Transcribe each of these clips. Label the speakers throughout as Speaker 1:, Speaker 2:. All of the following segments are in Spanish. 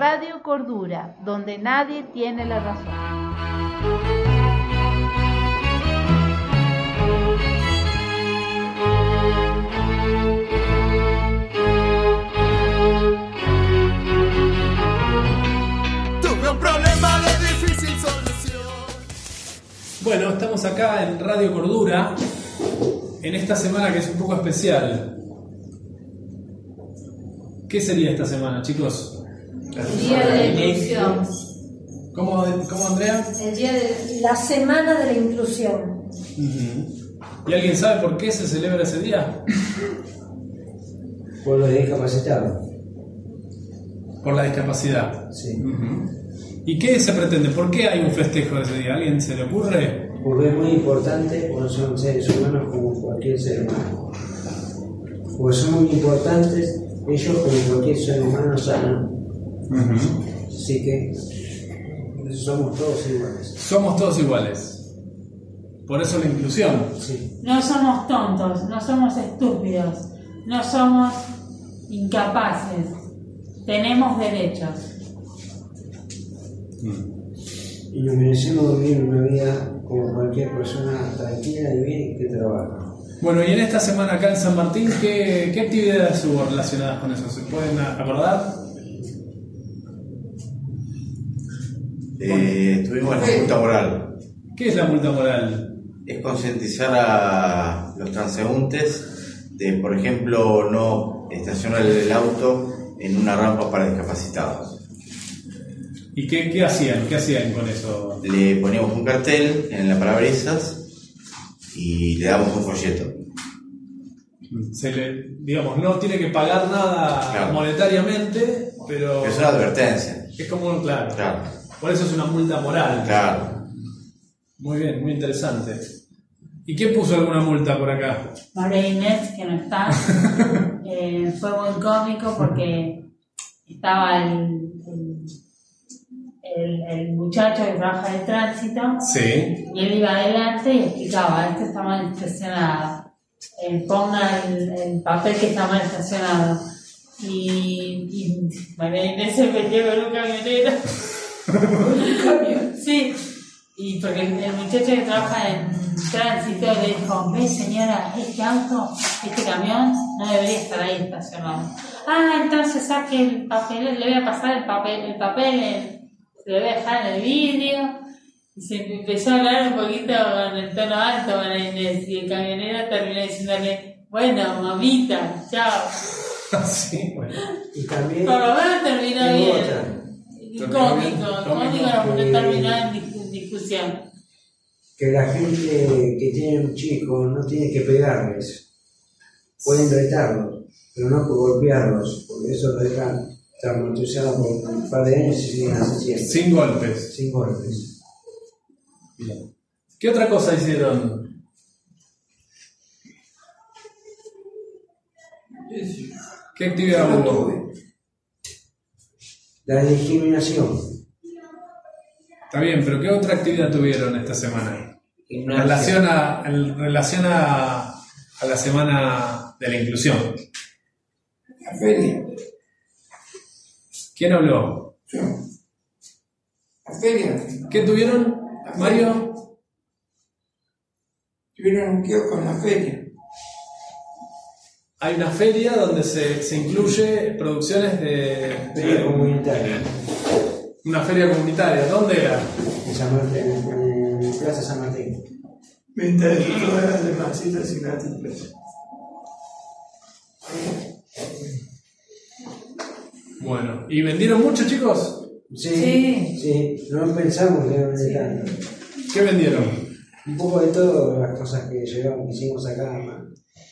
Speaker 1: Radio Cordura, donde nadie tiene la razón.
Speaker 2: Tuve un problema de difícil solución.
Speaker 3: Bueno, estamos acá en Radio Cordura, en esta semana que es un poco especial. ¿Qué sería esta semana, chicos?
Speaker 4: Día de la inclusión.
Speaker 3: ¿Cómo, cómo Andrea?
Speaker 4: El día de
Speaker 5: La semana de la inclusión.
Speaker 3: ¿Y alguien sabe por qué se celebra ese día?
Speaker 6: Pueblo de discapacitados.
Speaker 3: Por la discapacidad.
Speaker 6: Sí.
Speaker 3: Ujú. ¿Y qué se pretende? ¿Por qué hay un festejo de ese día? ¿A ¿Alguien se le ocurre?
Speaker 6: Porque es muy importante, porque son seres humanos como cualquier ser humano. Porque son muy importantes, ellos como cualquier ser humano sano. Así que somos todos iguales.
Speaker 3: Somos todos iguales. Por eso la inclusión.
Speaker 6: Sí.
Speaker 7: No somos tontos, no somos estúpidos, no somos incapaces. Tenemos derechos.
Speaker 6: Y nos merecemos vivir una vida como cualquier persona tranquila y bien que trabaja.
Speaker 3: Bueno, y en esta semana acá en San Martín, ¿qué, qué actividades hubo relacionadas con eso? ¿Se pueden acordar?
Speaker 8: Eh, estuvimos en la Junta Moral.
Speaker 3: ¿Qué es la multa moral?
Speaker 8: Es concientizar a los transeúntes de, por ejemplo, no estacionar el auto en una rampa para discapacitados.
Speaker 3: ¿Y qué, qué hacían? ¿Qué hacían con eso?
Speaker 8: Le poníamos un cartel en la parabrisas y le damos un folleto.
Speaker 3: Se le, digamos, no tiene que pagar nada
Speaker 8: Claro.
Speaker 3: monetariamente, pero
Speaker 8: Es una advertencia.
Speaker 3: es como un claro.
Speaker 8: Claro,
Speaker 3: Por eso es una multa moral.
Speaker 8: claro.
Speaker 3: Muy bien, muy interesante. ¿Y quién puso alguna multa por acá?
Speaker 7: María Inés, que no está, eh, fue muy cómico porque estaba el, el- el muchacho que trabaja de tránsito
Speaker 3: Sí.
Speaker 7: y él iba adelante y explicaba, este está mal estacionado, eh, ponga el, el papel que está mal estacionado. Y, y María Inés se peleó con un camionero. Sí, y porque el, el muchacho que trabaja en tránsito le dijo, ve señora, este auto, este camión no debería estar ahí estacionado. Ah, entonces saque el papel, le voy a pasar el papel, el papel, el- se lo voy a dejar en el vidrio. Y se empezó a hablar un poquito con el tono alto con la Inés, y el camionero terminó diciéndole, bueno, mamita, chao.
Speaker 3: sí, bueno.
Speaker 6: Y también
Speaker 7: Por lo menos terminó
Speaker 6: tengo
Speaker 7: bien.
Speaker 6: otra,
Speaker 7: Y
Speaker 3: Terminó bien,
Speaker 7: Cómico,
Speaker 3: cómico,
Speaker 7: cómico, no
Speaker 6: eh,
Speaker 7: terminó en discu- discusión.
Speaker 6: que la gente que tiene un chico no tiene que pegarles. pueden retarlos, pero no por golpearlos, porque eso lo dejan traumatizados por un par de años y siguen así siempre,
Speaker 3: Sin golpes.
Speaker 6: sin golpes.
Speaker 3: Bien. ¿Qué otra cosa hicieron? ¿Qué actividad hubo?
Speaker 6: La discriminación,
Speaker 3: Está bien, pero ¿qué otra actividad tuvieron esta semana? En
Speaker 6: ignorancia,
Speaker 3: relación a, en relación a, a la semana de la inclusión.
Speaker 9: feria.
Speaker 3: ¿Quién habló?
Speaker 9: Yo. La feria.
Speaker 3: ¿Qué tuvieron, Mario?
Speaker 9: Tuvieron un kiosco en la feria.
Speaker 3: Hay una feria donde se, se incluye producciones de,
Speaker 6: feria
Speaker 3: de-
Speaker 6: comunitaria,
Speaker 3: una feria comunitaria. ¿Dónde era?
Speaker 6: en, San Martín, en, en Plaza San Martín.
Speaker 9: Venta de todas de masitas y gratis.
Speaker 3: Bueno, ¿y vendieron mucho, chicos?
Speaker 6: Sí, sí, no pensamos que era de tanto.
Speaker 3: ¿Qué vendieron?
Speaker 6: Un poco de todo las cosas que llevamos, que hicimos acá, ma.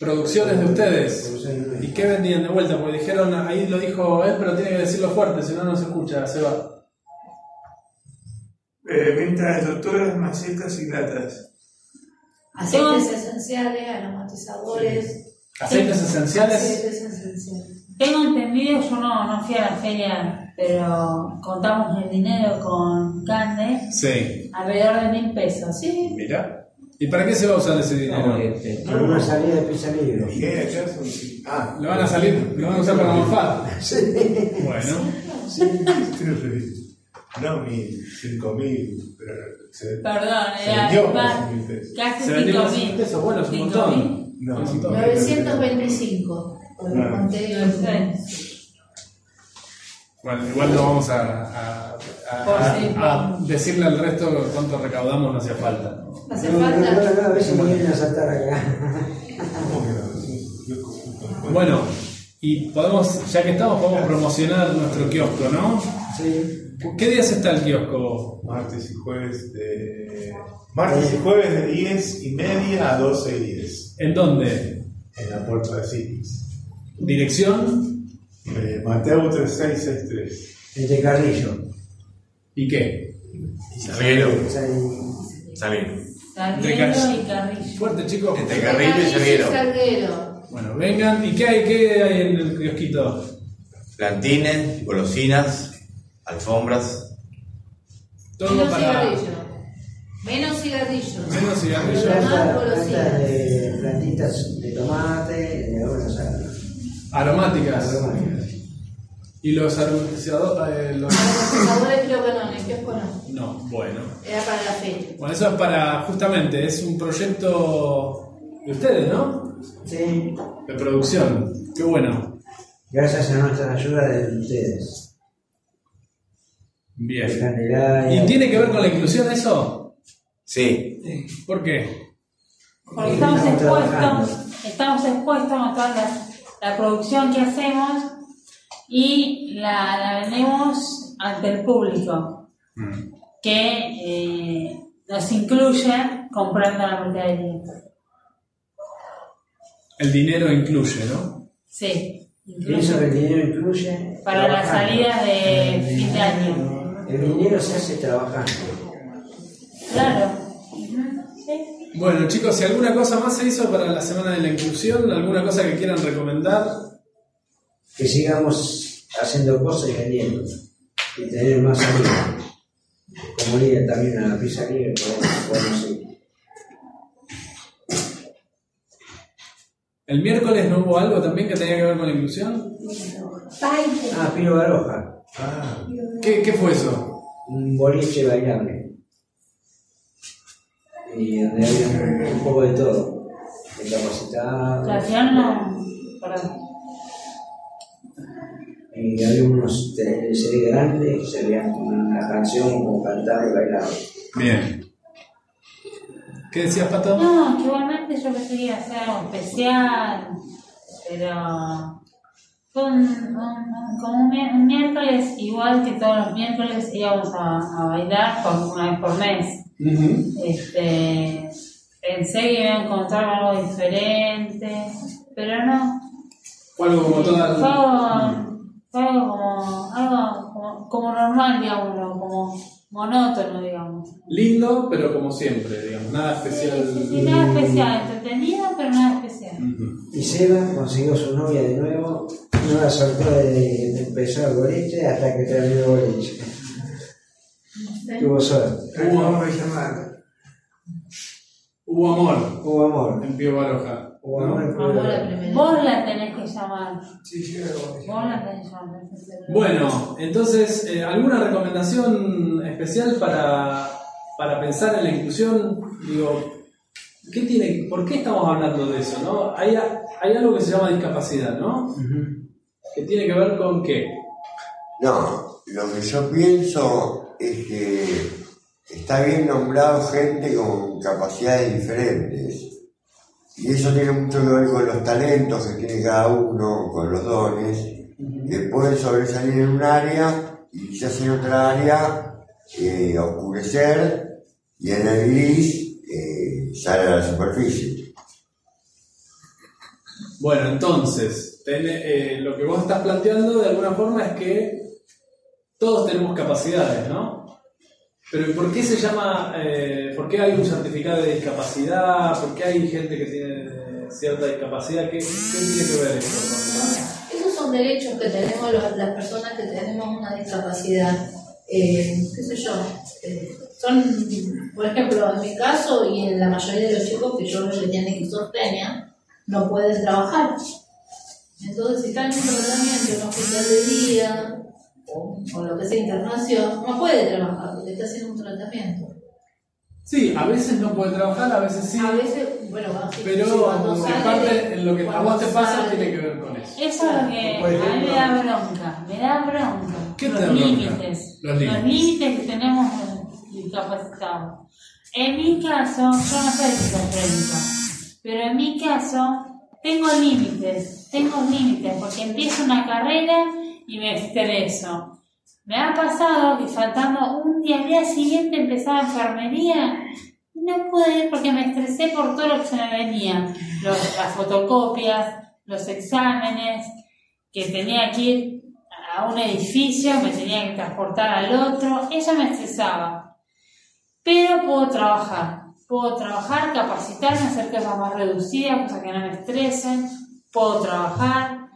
Speaker 3: Producciones de ustedes.
Speaker 6: Producciones nuestras.
Speaker 3: ¿Y qué vendían de vuelta? Porque dijeron, ahí lo dijo él, pero tiene que decirlo fuerte, si no, no se escucha, se va.
Speaker 9: venta de tortugas, macetas y latas.
Speaker 4: aceites esenciales, aromatizadores.
Speaker 3: Aceites esenciales.
Speaker 4: Aceites esenciales.
Speaker 7: Tengo entendido, yo no, no fui a la feria, pero contamos el dinero con Cande,
Speaker 3: Sí.
Speaker 7: alrededor de mil pesos, ¿sí?
Speaker 3: Mira. ¿Y para qué se va a usar ese dinero?
Speaker 6: Para una salida de pizza libre.
Speaker 9: qué allá son? Ah,
Speaker 3: Lo van a salir, lo van a usar para mofar.
Speaker 6: Sí,
Speaker 3: Bueno.
Speaker 9: Sí, estoy feliz. No mis 5.000, pero se,
Speaker 7: Perdón,
Speaker 9: se
Speaker 7: era
Speaker 9: vendió
Speaker 7: más-
Speaker 9: más de 5.000 pesos.
Speaker 7: casi
Speaker 3: Se vendieron
Speaker 7: 5.000.
Speaker 3: pesos, bueno, es un
Speaker 7: 5.000.
Speaker 3: montón.
Speaker 9: No,
Speaker 3: Es un montón.
Speaker 4: 925. Porque
Speaker 9: Ah.
Speaker 4: conté
Speaker 7: Sí,
Speaker 4: yo.
Speaker 7: no sé.
Speaker 3: Bueno, igual no vamos a, a- a-
Speaker 7: Por
Speaker 3: a-
Speaker 7: Oh, sí.
Speaker 3: a decirle al resto cuánto recaudamos, no hacía falta.
Speaker 4: Hace
Speaker 6: No, no,
Speaker 4: falta.
Speaker 6: no, no, a ver si me vienen a saltar acá.
Speaker 9: ¿Cómo que no? Sí, yo confundo con-
Speaker 3: Bueno, y podemos, ya que estamos, podemos promocionar nuestro kiosco, ¿no?
Speaker 6: Sí.
Speaker 3: ¿Qué días está el kiosco?
Speaker 9: Martes y jueves de. Martes y jueves de 10 y media a 12 y 10.
Speaker 3: ¿En dónde?
Speaker 9: En la puerta de Cities.
Speaker 3: ¿Dirección?
Speaker 9: Eh, Mateo 3663.
Speaker 6: Entre Carrillo.
Speaker 3: ¿Y qué?
Speaker 8: Salguero.
Speaker 6: O sea, y-
Speaker 8: Salguero.
Speaker 7: Salguero y Carrillo.
Speaker 3: Fuerte, chicos.
Speaker 8: Entre Carrillo y Salguero.
Speaker 4: Salguero.
Speaker 3: Bueno, vengan. ¿Y qué hay, qué hay en el kiosquito?
Speaker 8: Plantines, golosinas, alfombras.
Speaker 3: Todo
Speaker 4: Menos
Speaker 3: para.
Speaker 4: cigarrillo. Menos cigarrillos.
Speaker 3: Menos cigarrillos.
Speaker 4: Más
Speaker 6: planta-
Speaker 4: golosinas.
Speaker 6: plantas de plantitas de tomate, de bueno, o sea,
Speaker 3: Aromáticas.
Speaker 6: aromáticas.
Speaker 3: ¿Y los aromatizadores?
Speaker 4: Sabores creo que no, en el kiosco no.
Speaker 3: No, bueno.
Speaker 4: Era para la feria.
Speaker 3: Bueno, eso es para, justamente, es un proyecto de ustedes, ¿no?
Speaker 6: Sí.
Speaker 3: De producción. Qué bueno.
Speaker 6: Gracias a nuestra ayuda de ustedes. De
Speaker 3: Bien.
Speaker 6: Candelá
Speaker 3: ¿Y tiene que ver con la inclusión eso?
Speaker 8: Sí,
Speaker 3: ¿Por qué?
Speaker 7: Porque estamos
Speaker 6: Estamos
Speaker 7: expuestos,
Speaker 6: trabajando.
Speaker 7: estamos expuestos a toda la, la producción que hacemos y la, la vendemos ante el público, que eh, nos incluye comprando la mercadería.
Speaker 3: El dinero incluye, ¿no?
Speaker 7: Sí,
Speaker 6: Pienso que
Speaker 7: incluye.
Speaker 6: el dinero incluye.
Speaker 7: Para las
Speaker 6: trabajando.
Speaker 7: salidas de fin de año.
Speaker 6: El dinero se hace trabajando.
Speaker 7: Claro.
Speaker 3: Bueno, chicos, si alguna cosa más se hizo para la semana de la inclusión, alguna cosa que quieran recomendar,
Speaker 6: Que sigamos haciendo cosas y vendiendo. Y tener más amigos. Como líder también a la pizzería, podemos, podemos ir.
Speaker 3: el miércoles no hubo algo también que tenía que ver con la inclusión.
Speaker 5: Baile.
Speaker 6: Ah, Piro Baroja.
Speaker 9: Ah,
Speaker 3: ¿Qué, qué fue eso?
Speaker 6: Un boliche bailable. Y donde había un poco de todo. De capacitados.
Speaker 7: La acción no. Perdón.
Speaker 6: Y había unos series grandes que salían con una canción como cantar y bailar.
Speaker 3: Bien. ¿Qué decías, Pato?
Speaker 7: No, que igualmente yo pensé que iba a ser algo especial, pero fue un, un- un- como un, mi- un miércoles, igual que todos los miércoles íbamos a, a bailar por, una vez por mes.
Speaker 3: Ujú.
Speaker 7: Este, pensé que iba a encontrar algo diferente, pero no.
Speaker 3: Fue algo como toda...
Speaker 7: Fue algo, fue algo como, algo como, como normal, digamos, o como monótono, digamos.
Speaker 3: Lindo, pero como siempre, digamos, nada especial.
Speaker 7: Sí, sí, sí, nada especial, entretenido, pero nada especial.
Speaker 3: Ujú.
Speaker 6: Y Seba consiguió su novia de nuevo, no la soltó desde que empezó el boliche este hasta que terminó el boliche. Tuvo suerte,
Speaker 9: ¿cómo me llamar?
Speaker 3: Hubo amor
Speaker 6: hubo amor,
Speaker 3: en Pío Baroja.
Speaker 6: hubo amor en
Speaker 4: Amor
Speaker 6: Puebla.
Speaker 4: a primera.
Speaker 7: Vos la tenés que llamar.
Speaker 9: Sí, yo era vos.
Speaker 7: Vos la tenés que llamar.
Speaker 3: Bueno, entonces, eh, ¿alguna recomendación especial para, para pensar en la inclusión? Digo, ¿qué tiene, ¿por qué estamos hablando de eso? No? Hay, a- hay algo que se llama discapacidad, ¿no? Que tiene que ver con qué.
Speaker 10: No, lo que yo pienso es que está bien nombrado gente con capacidades diferentes. Y eso tiene mucho que ver con los talentos que tiene cada uno, con los dones, que pueden sobresalir en un área y quizás en otra área eh, oscurecer y en el gris eh, sale a la superficie.
Speaker 3: Bueno, entonces, ten- eh, lo que vos estás planteando de alguna forma es que todos tenemos capacidades, ¿no? Pero ¿y ¿por qué se llama, eh, por qué hay un certificado de discapacidad? ¿Por qué hay gente que tiene cierta discapacidad? ¿Qué, qué tiene que ver eso?
Speaker 4: Esos son derechos que tenemos los- las personas que tenemos una discapacidad. Eh, ¿Qué sé yo? eh, son, por ejemplo, en mi caso y en la mayoría de los chicos que yo veo que tienen esquizofrenia, no pueden trabajar. Entonces, si están en un tratamiento, en un hospital de día, con lo que es internación, no puede trabajar porque está haciendo un tratamiento.
Speaker 3: Sí, a veces no puede trabajar, a veces sí.
Speaker 4: A veces, bueno, va, sí,
Speaker 3: Pero
Speaker 4: sí, cuando
Speaker 3: en
Speaker 4: sale,
Speaker 3: parte en lo que a
Speaker 4: cuando
Speaker 3: vos te pasa
Speaker 4: sale.
Speaker 3: tiene que ver con eso.
Speaker 7: Eso es lo que
Speaker 3: Por
Speaker 7: a mí me
Speaker 3: ejemplo,
Speaker 7: da bronca, me da bronca.
Speaker 3: ¿Qué te
Speaker 7: los
Speaker 3: da bronca?
Speaker 7: límites.
Speaker 3: Los límites.
Speaker 7: que tenemos los discapacitados. En mi caso, yo no soy psicotrénica, pero en mi caso tengo límites, tengo límites, porque empiezo una carrera y me estreso. Me ha pasado que faltando un día al día siguiente empezaba enfermería y no pude ir porque me estresé por todo lo que se me venía. Los- las fotocopias, los exámenes, que tenía que ir a un edificio, me tenía que transportar al otro, ella me estresaba. Pero puedo trabajar, puedo trabajar, capacitarme, hacer cosas más reducidas, cosas que no me estresen, puedo trabajar,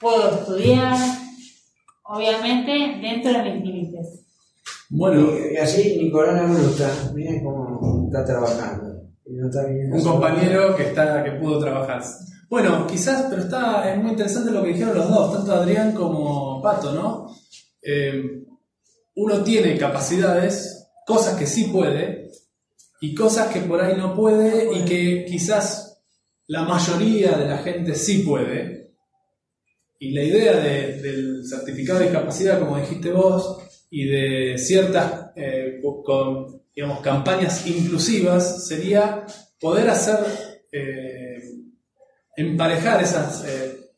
Speaker 7: puedo estudiar, obviamente dentro de mis límites.
Speaker 3: Bueno,
Speaker 6: Y así Nicolás Laguno está, miren cómo está trabajando. Y no está viniendo
Speaker 3: un
Speaker 6: solo.
Speaker 3: compañero que está que pudo trabajar. Bueno, quizás, pero está es muy interesante lo que dijeron los dos, tanto Adrián como Pato, ¿no? Eh, uno tiene capacidades, cosas que sí puede y cosas que por ahí no puede y que quizás la mayoría de la gente sí puede. Y la idea de- del certificado de discapacidad, como dijiste vos, y de ciertas eh, con, digamos, campañas inclusivas sería poder hacer eh, emparejar esas eh,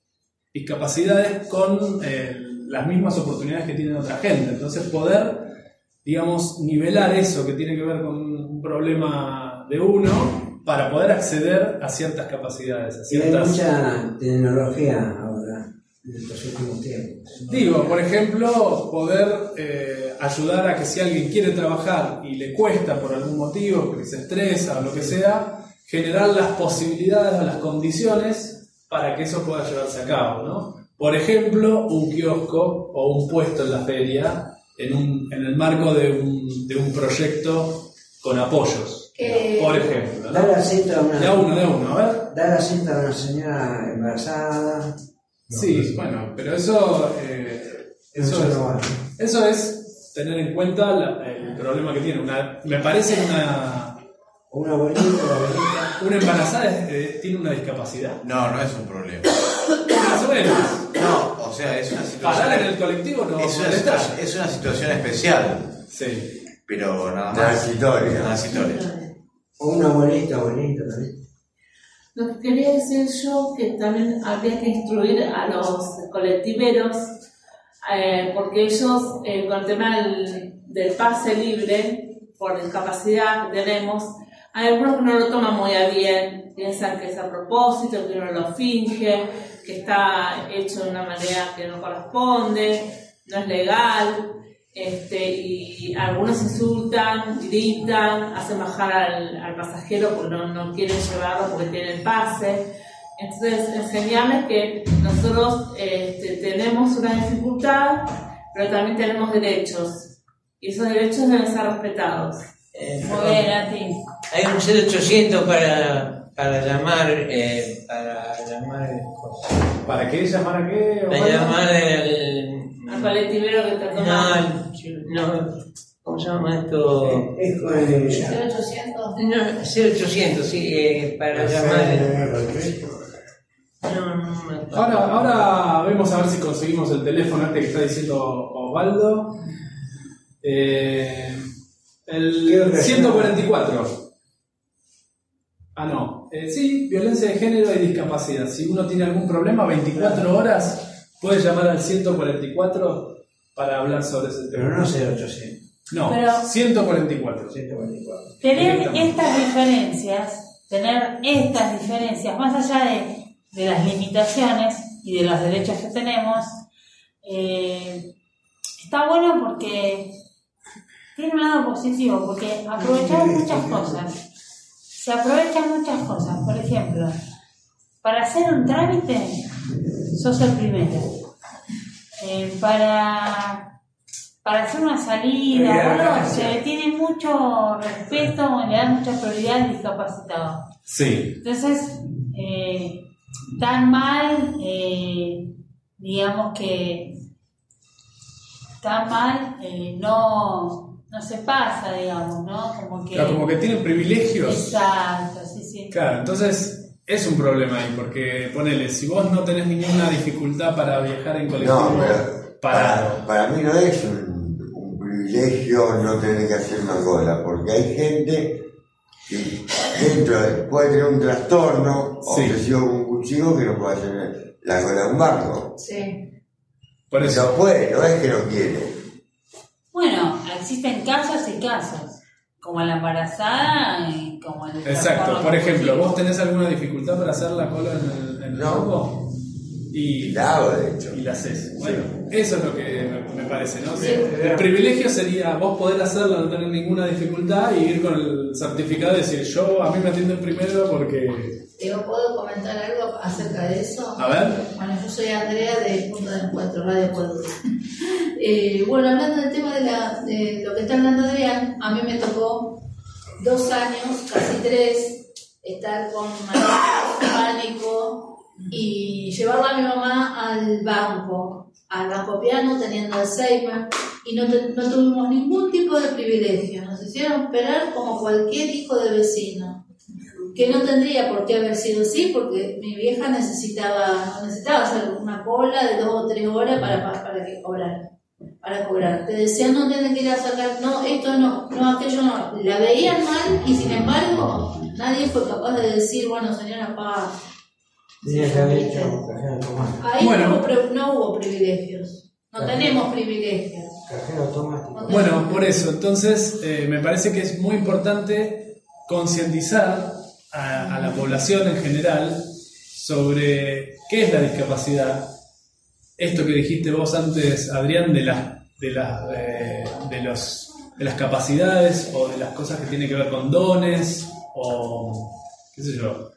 Speaker 3: discapacidades con eh, las mismas oportunidades que tiene otra gente. Entonces poder, digamos, nivelar eso que tiene que ver con un problema de uno para poder acceder a ciertas capacidades, a
Speaker 6: Y hay
Speaker 3: ciertas...
Speaker 6: mucha tecnología ahora, en estos últimos tiempos.
Speaker 3: Digo, por ejemplo, poder eh, ayudar a que si alguien quiere trabajar y le cuesta por algún motivo, porque se estresa o lo que sea, generar las posibilidades o las condiciones para que eso pueda llevarse a cabo, ¿no? Por ejemplo, un kiosco o un puesto en la feria en, un- en el marco de un, de un proyecto con apoyos,
Speaker 4: Eh,
Speaker 3: por ejemplo.
Speaker 6: Da
Speaker 3: ¿no?
Speaker 6: la cinta a
Speaker 3: De a
Speaker 6: una,
Speaker 3: uno, de a uno, a ver.
Speaker 6: da la cinta a una señora embarazada.
Speaker 3: Sí, bueno, pero eso... eh, eso es-
Speaker 6: no vale.
Speaker 3: Eso es tener en cuenta la- el problema que tiene. Una, me parece que una,
Speaker 6: O una abuelita, la abuelita.
Speaker 3: una embarazada eh, tiene una discapacidad.
Speaker 8: No, no es un problema.
Speaker 3: Más o menos.
Speaker 8: No, o sea, es una situación.
Speaker 3: Parar en el colectivo no
Speaker 8: es, una
Speaker 3: molesta.
Speaker 8: situación- es una situación especial,
Speaker 3: Sí.
Speaker 8: pero nada más.
Speaker 10: Transitoria.
Speaker 8: Transitoria.
Speaker 6: O una abuelita, abuelita también.
Speaker 11: Lo que quería decir yo que también habría que instruir a los colectiveros, eh, porque ellos eh, con el tema del, del pase libre por discapacidad que tenemos, hay algunos que no lo toman muy a bien, piensan que es a propósito, que uno lo finge, que está hecho de una manera que no corresponde, no es legal, este, y algunos insultan, gritan, hacen bajar al, al pasajero porque no, no quieren llevarlo porque tienen pase. Entonces, enseñarles que nosotros este, tenemos una dificultad, pero también tenemos derechos. Y esos derechos deben ser respetados.
Speaker 7: Muy bien, Nati.
Speaker 12: Hay un 0800 para, para llamar, eh, para llamar,
Speaker 3: ¿Para qué? ¿Llamar a qué?
Speaker 12: para llamar al...
Speaker 11: Al colectivero que está
Speaker 12: No,
Speaker 11: tomando.
Speaker 12: al- no, ¿cómo se llama esto?
Speaker 6: Es con el.
Speaker 4: 800.
Speaker 12: No, 0800, sí, eh, para llamar... No, no me acuerdo.
Speaker 3: Ahora, ahora vemos a ver si conseguimos el teléfono este que está diciendo Osvaldo. Eh, el 144. Ah, no. Eh, sí, violencia de género y discapacidad. Si uno tiene algún problema, 24 horas puede llamar al 144 para hablar sobre ese
Speaker 6: Pero
Speaker 3: tema.
Speaker 6: no 0800,
Speaker 3: No,
Speaker 7: Pero-
Speaker 3: 144.
Speaker 6: 144.
Speaker 7: Tener estas diferencias, tener estas diferencias, más allá de, de las limitaciones y de los derechos que tenemos, eh, está bueno porque tiene un lado positivo, porque aprovechamos muchas cosas. Se aprovechan muchas cosas. Por ejemplo, para hacer un trámite, sos el primero. Eh, para, para hacer una salida,
Speaker 6: Prioridad,
Speaker 7: bueno,
Speaker 6: gracias.
Speaker 7: se le tiene mucho respeto, le dan mucha prioridad al discapacitado.
Speaker 3: Sí.
Speaker 7: Entonces, eh, tan mal, eh, digamos que está mal, eh, no, no se pasa, digamos, ¿no? Como que...
Speaker 3: Claro, como que tienen privilegios.
Speaker 7: Exacto, sí, sí.
Speaker 3: Claro, entonces es un problema ahí, porque ponele, si vos no tenés ninguna dificultad para viajar en colectivo
Speaker 10: No, pero
Speaker 3: parado.
Speaker 10: para, para mí no es un, un privilegio no tener que hacer una cola, porque hay gente que dentro de- puede tener un trastorno
Speaker 3: Sí.
Speaker 10: obsesivo con un cuchillo que no puede hacer la cola de un barco.
Speaker 4: Sí.
Speaker 3: Por eso.
Speaker 10: No puede, no es que no quiere.
Speaker 7: Bueno, existen casos y casos, como la embarazada y como el...
Speaker 3: Exacto, por ejemplo, ¿vos tenés alguna dificultad para hacer la cola en el, en el banco? Y
Speaker 10: la hago, de hecho.
Speaker 3: Y la haces. Bueno, eso es lo que me, me parece, ¿no? El privilegio sería vos poder hacerlo, no tener ninguna dificultad y ir con el certificado y decir, yo a mí me atienden primero porque...
Speaker 4: ¿Yo puedo comentar algo acerca de eso?
Speaker 3: A ver.
Speaker 4: Bueno, yo soy Andrea de Punto de Encuentro, Radio Pueblo. Eh, bueno, hablando del tema de, la- de lo que está hablando Adrián, a mí me tocó dos años, casi tres, estar con manejo, pánico y llevarla a mi mamá al banco, al banco piano, teniendo Alzheimer, y no, te- no tuvimos ningún tipo de privilegio. Nos hicieron esperar como cualquier hijo de vecino que no tendría por qué haber sido así, porque mi vieja necesitaba, no necesitaba hacer una cola de dos o tres horas para, para, para que cobrar, para cobrar. Te decían, no tienen que ir a sacar, no, esto no, no, aquello no. La veían mal y sin embargo nadie fue capaz de decir, bueno, señora, pa,
Speaker 6: Tenía que haber hecho un cajero automático.
Speaker 4: ahí no,
Speaker 3: Bueno.
Speaker 4: hubo, pri- no hubo privilegios, no
Speaker 6: Ajá.
Speaker 4: tenemos privilegios.
Speaker 6: Cajero automático.
Speaker 3: Bueno, por eso, entonces eh, me parece que es muy importante concientizar a, a la población en general sobre qué es la discapacidad. Esto que dijiste vos antes, Adrián, de las de las eh, de los de las capacidades o de las cosas que tienen que ver con dones o qué sé yo,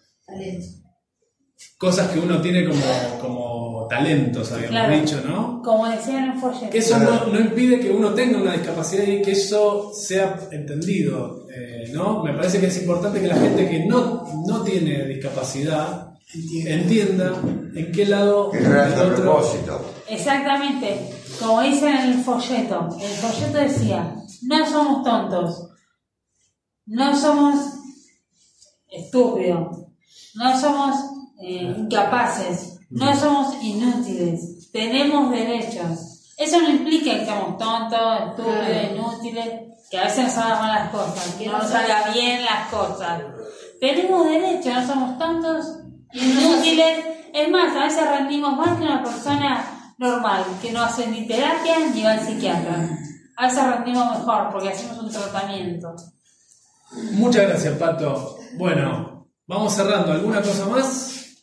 Speaker 3: cosas que uno tiene como, como talentos, habíamos
Speaker 7: Claro.
Speaker 3: dicho, ¿no?
Speaker 7: Como decía en un folleto.
Speaker 3: Que eso no, no impide que uno tenga una discapacidad y que eso sea entendido, eh, ¿no? Me parece que es importante que la gente que no, no tiene discapacidad entienda en qué lado
Speaker 10: Que no es
Speaker 3: el
Speaker 10: a
Speaker 3: otro-
Speaker 10: propósito.
Speaker 7: Exactamente, como dice en el folleto. El folleto decía, no somos tontos, no somos estúpidos, no somos eh, incapaces, no somos inútiles, tenemos derechos. Eso no implica que somos tontos, estúpidos,
Speaker 4: Claro.
Speaker 7: inútiles, que a veces nos hagan mal las cosas, que no nos
Speaker 4: Exacto.
Speaker 7: hagan bien las cosas. Tenemos derechos, no somos tontos, inútiles. Es más, a veces rendimos más que una persona normal, que no hace ni terapia ni va al psiquiatra. A veces rendimos mejor porque hacemos un tratamiento.
Speaker 3: Muchas gracias, Pato. Bueno, vamos cerrando. ¿Alguna cosa más?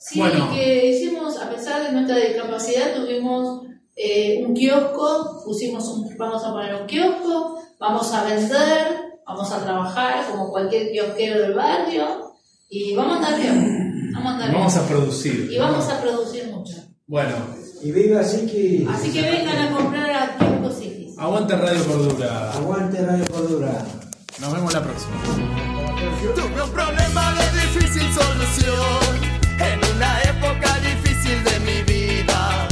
Speaker 4: Sí,
Speaker 3: Bueno.
Speaker 4: que hicimos, a pesar de nuestra discapacidad, tuvimos eh, un kiosco, pusimos un, vamos a poner un kiosco, vamos a vender, vamos a trabajar como cualquier kiosquero del barrio y vamos a andar bien, vamos a andar bien.
Speaker 3: Vamos a producir.
Speaker 4: Y vamos a producir mucho.
Speaker 3: Bueno,
Speaker 6: Y viva así que.
Speaker 4: Así que vengan a comprar a Kiosco City.
Speaker 3: aguante Radio Cordura.
Speaker 6: Aguante Radio Cordura.
Speaker 3: Nos vemos la próxima.
Speaker 2: Tuve un problema de difícil solución en una época difícil de mi vida.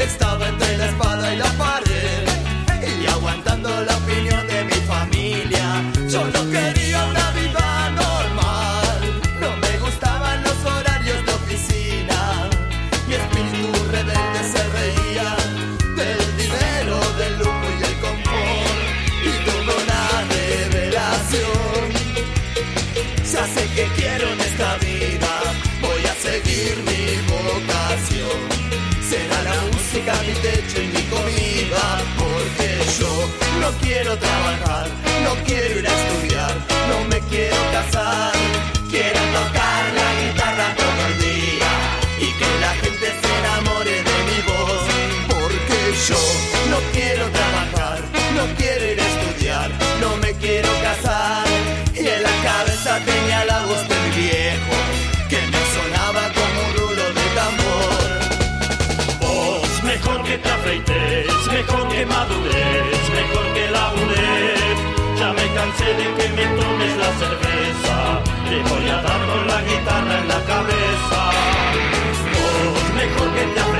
Speaker 2: Estaba entre la espada y la pared y aguantando la opinión de mi familia. Yo no quería una vida normal, no me gustaban los horarios de oficina. Mi espíritu rebelde se reía del dinero, del lujo y del confort. Y tuve una revelación. Ya sé que quiero en esta vida, voy a seguir mi vocación. Será la música mi techo y mi comida, porque yo no quiero trabajar, no quiero ir a estudiar, no me quiero casar. Quiero tocar la guitarra todo el día y que la gente se enamore de mi voz, porque yo no quiero trabajar, no quiero ir a estudiar, no me quiero casar. Y en la cabeza tenía la voz del viejo, que me sonaba como un rulo de tambor.
Speaker 13: Vos, mejor que te afeites, mejor que madures, mejor que labures. Ya me cansé de que me tomes la cerveza, te voy a dar con la guitarra en la cabeza. Vos, mejor que te afeites.